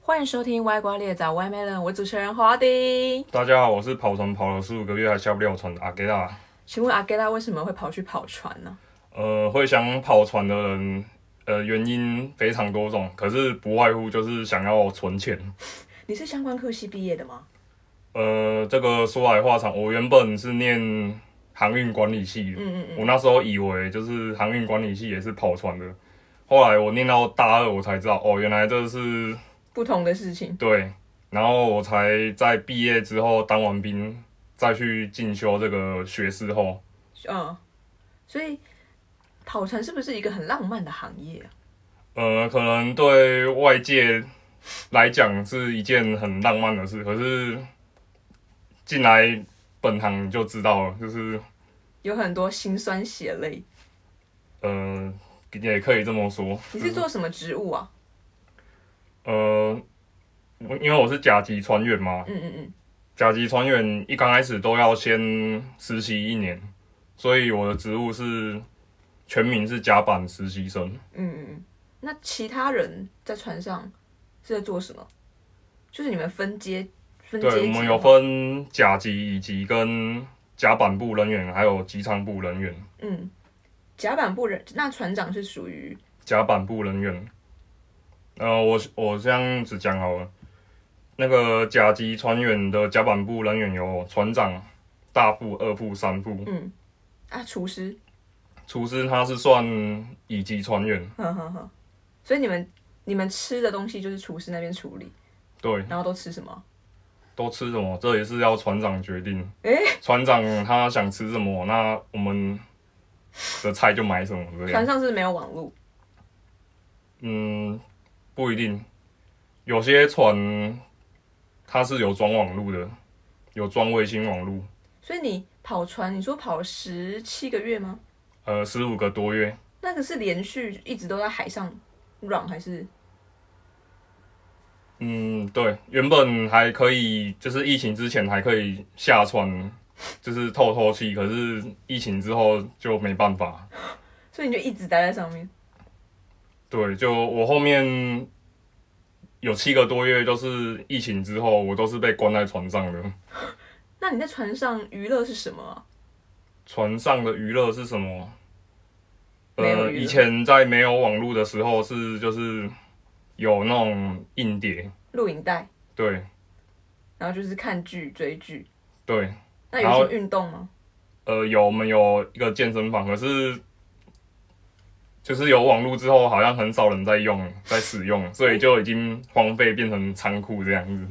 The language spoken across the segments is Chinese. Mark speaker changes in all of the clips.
Speaker 1: 欢迎收听《歪瓜裂枣外面人》，我主持人华丁。
Speaker 2: 大家好，我是跑船跑了十五个月还下不了船的阿给拉。
Speaker 1: 请问阿盖拉为什么会跑去跑船呢？
Speaker 2: 呃，会想跑船的人，呃，原因非常多种，可是不外乎就是想要存钱。
Speaker 1: 你是相关科系毕业的吗？
Speaker 2: 呃，这个说来话长，我原本是念航运管理系的，
Speaker 1: 嗯嗯
Speaker 2: 我那时候以为就是航运管理系也是跑船的，后来我念到大二，我才知道哦，原来这是
Speaker 1: 不同的事情。
Speaker 2: 对，然后我才在毕业之后当完兵，再去进修这个学士后。
Speaker 1: 嗯，所以跑船是不是一个很浪漫的行业啊？
Speaker 2: 呃，可能对外界来讲是一件很浪漫的事，可是进来本行就知道了，就是
Speaker 1: 有很多辛酸血泪。
Speaker 2: 呃，也可以这么说。
Speaker 1: 你是做什么职务啊？
Speaker 2: 呃，我因为我是甲级船员嘛，
Speaker 1: 嗯嗯嗯，
Speaker 2: 甲级船员一刚开始都要先实习一年，所以我的职务是全名是甲板实习生。
Speaker 1: 嗯嗯嗯。那其他人在船上是在做什么？就是你们分阶分阶级
Speaker 2: 对，我们有
Speaker 1: 吗
Speaker 2: 分甲级、乙级跟甲板部人员，还有机舱部人员。
Speaker 1: 嗯，甲板部人那船长是属于
Speaker 2: 甲板部人员。呃，我我这样子讲好了，那个甲级船员的甲板部人员有船长、大副、二副、三副，
Speaker 1: 嗯啊厨师，
Speaker 2: 厨师他是算乙级船员，
Speaker 1: 呵呵
Speaker 2: 啊
Speaker 1: 呵。所以你们你们吃的东西就是厨师那边处理，
Speaker 2: 对，
Speaker 1: 然后都吃什么？
Speaker 2: 都吃什么这也是要船长决定，
Speaker 1: 诶
Speaker 2: 船长他想吃什么，那我们的菜就买什么这样
Speaker 1: 船，上是不是没有网路，
Speaker 2: 嗯，不一定，有些船它是有装网路的，有装卫星网路，
Speaker 1: 所以你跑船，你说跑十七个月吗？
Speaker 2: 呃，十五个多月。
Speaker 1: 那个是连续一直都在海上 run 还是？
Speaker 2: 嗯，对，原本还可以，就是疫情之前还可以下船，就是透透气，可是疫情之后就没办法。
Speaker 1: 所以你就一直待在上面，
Speaker 2: 对，就我后面有七个多月，就是疫情之后，我都是被关在船上的。
Speaker 1: 那你在船上娱乐是什么啊、
Speaker 2: 船上的娱乐是什么？
Speaker 1: 没有
Speaker 2: 呃，
Speaker 1: 娱乐
Speaker 2: 以前在没有网络的时候是就是有那种硬碟，
Speaker 1: 录影带，
Speaker 2: 对
Speaker 1: 然后就是看剧、追剧。
Speaker 2: 对，
Speaker 1: 那有
Speaker 2: 然
Speaker 1: 什
Speaker 2: 后
Speaker 1: 么运动吗？
Speaker 2: 呃，有我们有一个健身房，可是就是有网络之后，好像很少人在用，在使用，所以就已经荒废，变成仓库这样子。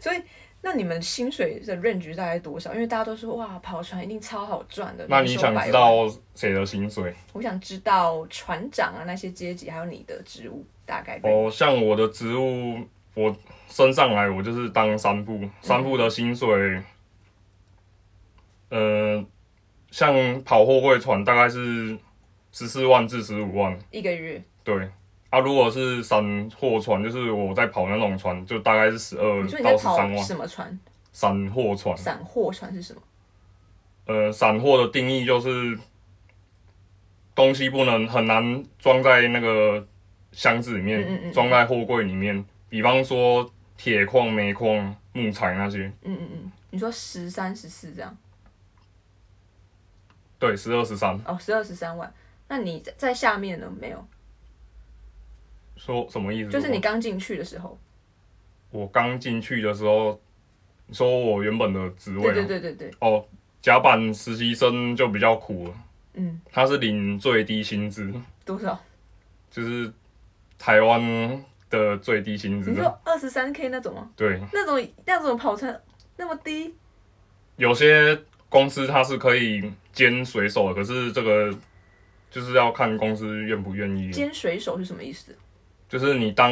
Speaker 1: 所以，那你们薪水的 range 大概多少？因为大家都说哇，跑船一定超好赚的。
Speaker 2: 那
Speaker 1: 年
Speaker 2: 你
Speaker 1: 收
Speaker 2: 想
Speaker 1: 百
Speaker 2: 知
Speaker 1: 万？
Speaker 2: 道谁的薪水？
Speaker 1: 我想知道船长啊那些阶级，还有你的职务大概 range。
Speaker 2: 哦，像我的职务，我升上来，我就是当三副，三副的薪水，呃，像跑货柜船大概是十四万至十五万，
Speaker 1: 一个月，
Speaker 2: 对。啊，如果是散货船，就是我在跑那种船，就大概是十二
Speaker 1: 你说你
Speaker 2: 到
Speaker 1: 在
Speaker 2: 十嗯
Speaker 1: 跑
Speaker 2: 三万。
Speaker 1: 什么船？
Speaker 2: 散货船，
Speaker 1: 散货船是什么？
Speaker 2: 呃，散货的定义就是东西不能很难装在那个箱子
Speaker 1: 嗯嗯
Speaker 2: 里
Speaker 1: 嗯
Speaker 2: 面，
Speaker 1: 嗯
Speaker 2: 装在货柜里面。比方说铁矿、煤矿、木材那些，
Speaker 1: 嗯嗯嗯，你说十三、十四这样？
Speaker 2: 对，十二十三。
Speaker 1: 哦，十二、十三万。那你在在下面呢？没
Speaker 2: 啊
Speaker 1: 有，
Speaker 2: 说什么意思？
Speaker 1: 就是你刚进去的时候。
Speaker 2: 我刚进去的时候，你说我原本的职位、
Speaker 1: 对
Speaker 2: 啊、
Speaker 1: 对对对对，
Speaker 2: 哦，甲板实习生就比较苦了，
Speaker 1: 嗯，
Speaker 2: 他是领最低薪资，
Speaker 1: 多少？
Speaker 2: 就是台湾的最低薪资
Speaker 1: 你。说二十三 K 那种吗？
Speaker 2: 对，
Speaker 1: 那种那种跑船那么低？
Speaker 2: 有些公司它是可以兼水手的，可是这个就是要看公司愿不愿意。啊
Speaker 1: 兼水手是什么意思？
Speaker 2: 就是你当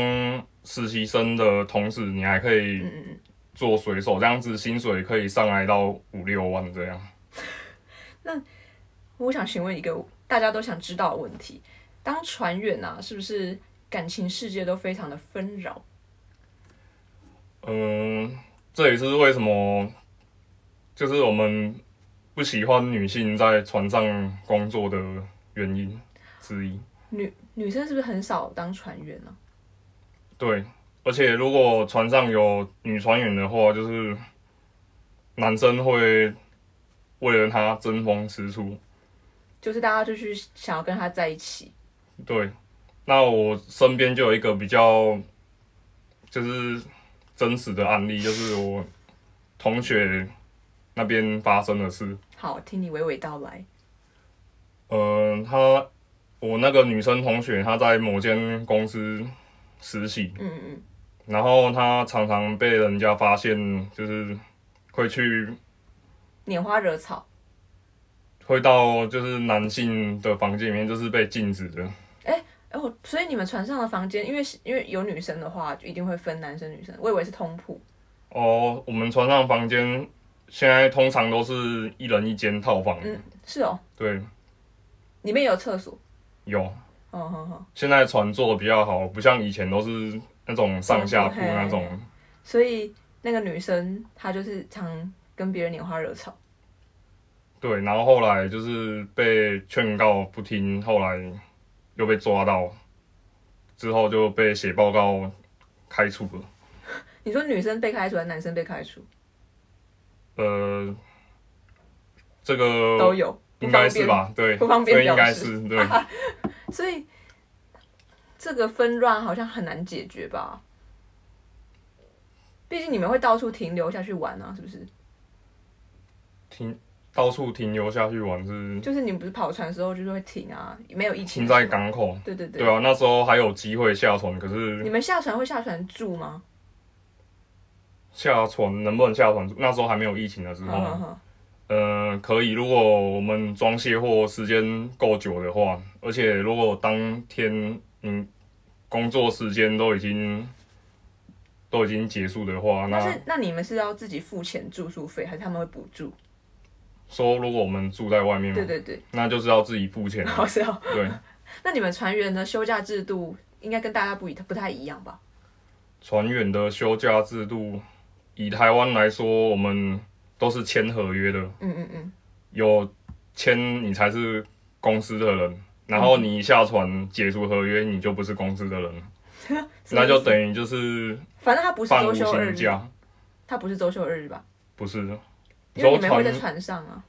Speaker 2: 实习生的同时，你还可以
Speaker 1: 嗯嗯嗯。
Speaker 2: 做水手，这样子薪水可以上来到五六万这样。
Speaker 1: 我想询问一个大家都想知道的问题：当船员啊，是不是感情世界都非常的纷扰？
Speaker 2: 嗯，这也是为什么，就是我们不喜欢女性在船上工作的原因之一。
Speaker 1: 女女生是不是很少当船员呢、
Speaker 2: 对，而且如果船上有女船员的话，就是男生会为了她争风吃醋。
Speaker 1: 就是大家就去想要跟他在一起，
Speaker 2: 对，那我身边就有一个比较，就是真实的案例，就是我同学那边发生的事。
Speaker 1: 好，听你娓娓道来。
Speaker 2: 呃，她我那个女生同学，她在某间公司实习，
Speaker 1: 嗯嗯嗯，
Speaker 2: 然后她常常被人家发现，就是会去
Speaker 1: 嗯拈花惹草，
Speaker 2: 会到就是男性的房间里面，这是被禁止的。
Speaker 1: 哎、我所以你们船上的房间，因为因为有女生的话，就一定会分男生女生。我以为是通铺，
Speaker 2: 哦，我们船上房间现在通常都是一人一间套房，
Speaker 1: 嗯，是哦，
Speaker 2: 对，
Speaker 1: 里面有厕所，
Speaker 2: 有。
Speaker 1: 哦好好，
Speaker 2: 现在船做的比较好，不像以前都是那种上下铺那种。
Speaker 1: 哦所以那个女生她就是常跟别人拈花惹草，
Speaker 2: 对，然后后来就是被劝告不听，后来又被抓到，之后就被写报告开除了。
Speaker 1: 你说女生被开除还是男生被开除？
Speaker 2: 呃，这个
Speaker 1: 都有，不
Speaker 2: 呃应
Speaker 1: 方
Speaker 2: 该
Speaker 1: 便
Speaker 2: 是？吧？对，
Speaker 1: 不方便
Speaker 2: 所以应
Speaker 1: 表
Speaker 2: 该
Speaker 1: 示
Speaker 2: 是对。
Speaker 1: 所以这个纷乱好像很难解决吧？毕竟你们会到处停留下去玩啊，是不是？
Speaker 2: 停，到处停留下去玩是
Speaker 1: 就是你们不是跑船的时候就是会停啊，没有疫情
Speaker 2: 停
Speaker 1: 的时候
Speaker 2: 在港口。
Speaker 1: 对对对。
Speaker 2: 对啊，那时候还有机会下船，可
Speaker 1: 你
Speaker 2: 是
Speaker 1: 们下船会下船住吗？
Speaker 2: 下船能不能下船？那时候还没有疫情的时候。
Speaker 1: 好好好，嗯
Speaker 2: 呃，可以，如果我们装卸货时间够久的话，而且如果当天你工作时间都已经都已经结束的话，
Speaker 1: 但
Speaker 2: 那
Speaker 1: 是那你们是要自己付钱住宿费，还是他们会补助？
Speaker 2: 说如果我们住在外面嘛，
Speaker 1: 对对对，
Speaker 2: 那就是要自己付钱。
Speaker 1: 好是哦。
Speaker 2: 对，
Speaker 1: 那你们船员的休假制度应该跟大家不一不太一样吧？
Speaker 2: 船员的休假制度，以台湾来说，我们都是签合约的，
Speaker 1: 嗯嗯嗯，
Speaker 2: 有签你才是公司的人，然后你一下船解除合约，你就不是公司的人，那就等于就是。
Speaker 1: 反正他不是
Speaker 2: 放
Speaker 1: 周
Speaker 2: 无
Speaker 1: 休二
Speaker 2: 薪
Speaker 1: 日，
Speaker 2: 假，
Speaker 1: 他不是周休二日吧？
Speaker 2: 不是。
Speaker 1: 因为你们
Speaker 2: 船
Speaker 1: 会在船上啊。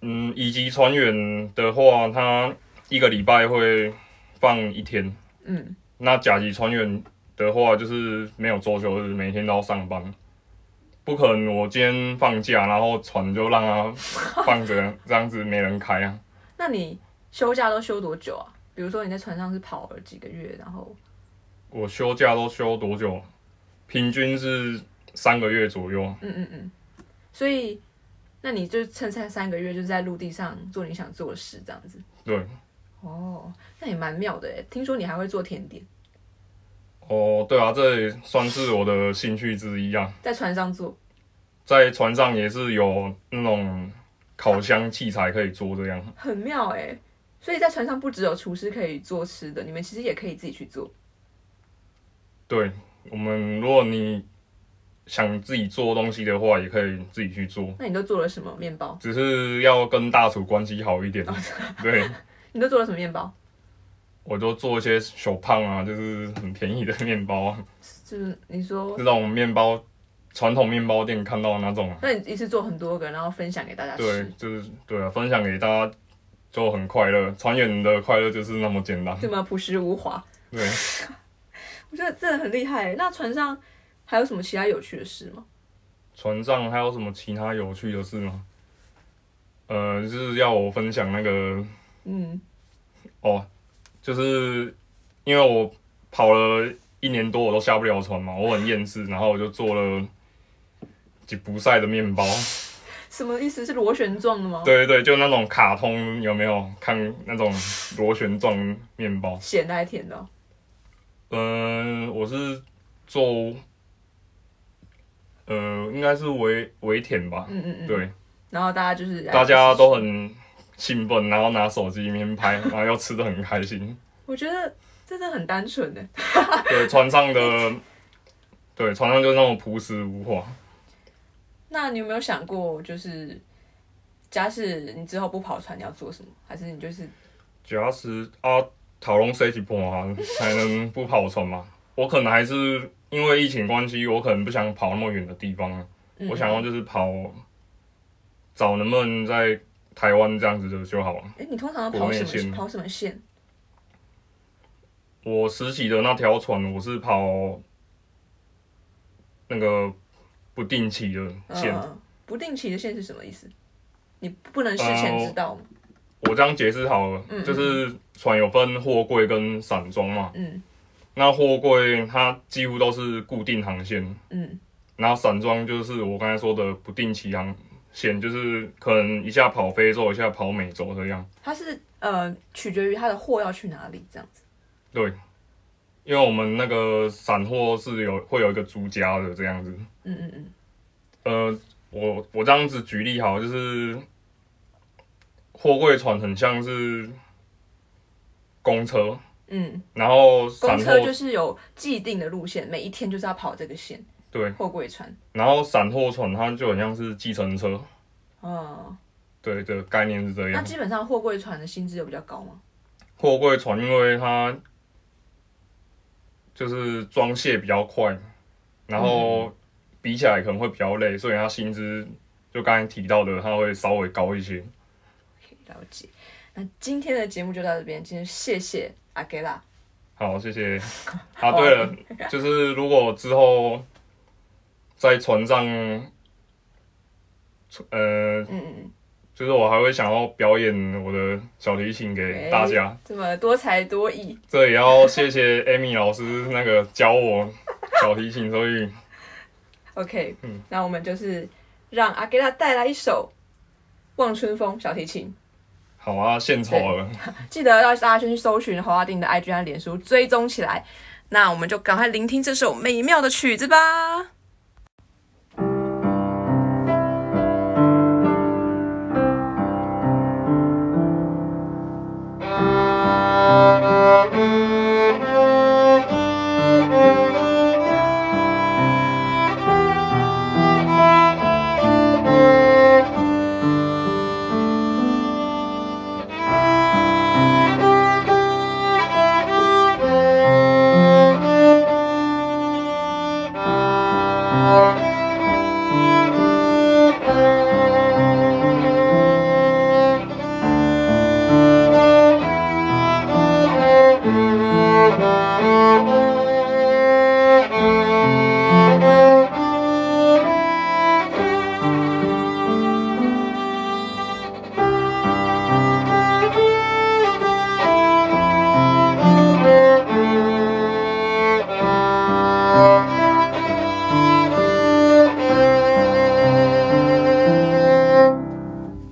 Speaker 2: 嗯，以及船员的话，他一个礼拜会放一天。
Speaker 1: 嗯，
Speaker 2: 那甲级船员的话，就是没有周休日，每天都要上班。不可能，我今天放假，然后船就让它 放着，这样子没人开啊。
Speaker 1: 那你休假都休多久啊？比如说你在船上是跑了几个月，然后
Speaker 2: 我休假都休多久？平均是三个月左右。啊
Speaker 1: 嗯嗯嗯，所以那你就趁三三个月就是在陆地上做你想做的事，这样子。
Speaker 2: 对，
Speaker 1: 哦，那也蛮妙的诶。听说你还会做甜点，
Speaker 2: 哦，对啊，这也算是我的兴趣之一啊。
Speaker 1: 在船上做。
Speaker 2: 在船上也是有那种烤箱器材可以做这样。
Speaker 1: 很妙哎、所以在船上不只有厨师可以做吃的，你们其实也可以自己去做。
Speaker 2: 对我们，如果你想自己做东西的话，也可以自己去做，
Speaker 1: 那你都做了什么面包？
Speaker 2: 只是要跟大厨关系好一 点。对，
Speaker 1: 你都做了什么面包？
Speaker 2: 我就做一些手胖啊，就是很便宜的面包啊，
Speaker 1: 就是你说，
Speaker 2: 这种面包传统面包店看到的那种啊。
Speaker 1: 那你一次做很多个，然后分享给大家
Speaker 2: 对
Speaker 1: 吃，，
Speaker 2: 就是对啊，分享给大家就很快乐，船员的快乐就是那么简单。
Speaker 1: 这么朴实无华，
Speaker 2: 对。
Speaker 1: 我觉得真的很厉害欸、那船上还有什么其他有趣的事吗？
Speaker 2: 船上还有什么其他有趣的事吗？呃，就是要我分享那个
Speaker 1: 嗯，
Speaker 2: 哦，就是因为我跑了一年多，我都下不了船嘛，我很厌世，然后我就做了几不晒的面包，
Speaker 1: 什么意思？是螺旋状的吗？
Speaker 2: 对对对，就那种卡通有没有看那种螺旋状面包？
Speaker 1: 咸的还是甜的哦、
Speaker 2: 嗯、我是做，呃，应该是微微甜吧，
Speaker 1: 嗯嗯嗯。
Speaker 2: 对。。
Speaker 1: 然后大家就是来
Speaker 2: 大家都很兴奋，然后拿手机一边拍，然后又吃的很开心。
Speaker 1: 我觉得真的很单纯欸的。
Speaker 2: 对，船上的，对，船上就是那种朴实无华。
Speaker 1: 那你有没有想过，就是假使你之后不跑船，你要做什么？还是你就是
Speaker 2: 主要是啊，讨论谁去破啊，才能不跑船嘛。我可能还是因因为疫情关系，我可能不想跑那么远的地方啊，
Speaker 1: 嗯
Speaker 2: 我想要就是跑，找能不能在台湾这样子的就好了。
Speaker 1: 哎，你通常要
Speaker 2: 国
Speaker 1: 跑
Speaker 2: 内
Speaker 1: 什
Speaker 2: 线
Speaker 1: 么跑什么线？
Speaker 2: 我实习的那条船，我是跑那个不定期的线，
Speaker 1: 嗯，不定期的线是什么意思？你不能事前知道吗？
Speaker 2: 我这样解释好了，就是船有分货柜跟散装嘛。
Speaker 1: 嗯
Speaker 2: 那货柜它几乎都是固定航线，
Speaker 1: 嗯
Speaker 2: 然后散装就是我刚才说的不定期航线，就是可能一下跑非洲，一下跑美洲这样。
Speaker 1: 它是呃取决于它的货要去哪里这样子。
Speaker 2: 对，因为我们那个散货是有会有一个租家的这样子。
Speaker 1: 嗯嗯嗯，
Speaker 2: 呃，我我这样子举例好了，就是货柜船很像是公车，
Speaker 1: 嗯，
Speaker 2: 然后散
Speaker 1: 公
Speaker 2: 货
Speaker 1: 车就是有既定的路线，每一天就是要跑这个线，
Speaker 2: 对，
Speaker 1: 货柜船。
Speaker 2: 然后散货船它就很像是计程车，
Speaker 1: 嗯，
Speaker 2: 对的概念是这
Speaker 1: 那
Speaker 2: 样。
Speaker 1: 基本上货柜船的薪资有比较高吗？
Speaker 2: 货柜船因为它就是装卸比较快，然后比起来可能会比较累，所以它薪资就刚才提到的，它会稍微高一些。
Speaker 1: 了解。那今天的节目就到这边，今天谢谢阿给拉。
Speaker 2: 好，谢谢。啊，对了，就是如果之后在船上，呃，
Speaker 1: 嗯嗯，嗯，
Speaker 2: 就是我还会想要表演我的小提琴给大家，
Speaker 1: 这么多才多艺，
Speaker 2: 这也要谢谢 Amy 老师那个教我小提琴，所以
Speaker 1: OK，
Speaker 2: 嗯
Speaker 1: 那我们就是让阿给拉带来一首《望春风》小提琴，
Speaker 2: 好啊，献丑了。
Speaker 1: 记得要大家先去搜寻侯阿定的 IG 和脸书，追踪起来。那我们就赶快聆听这首美妙的曲子吧。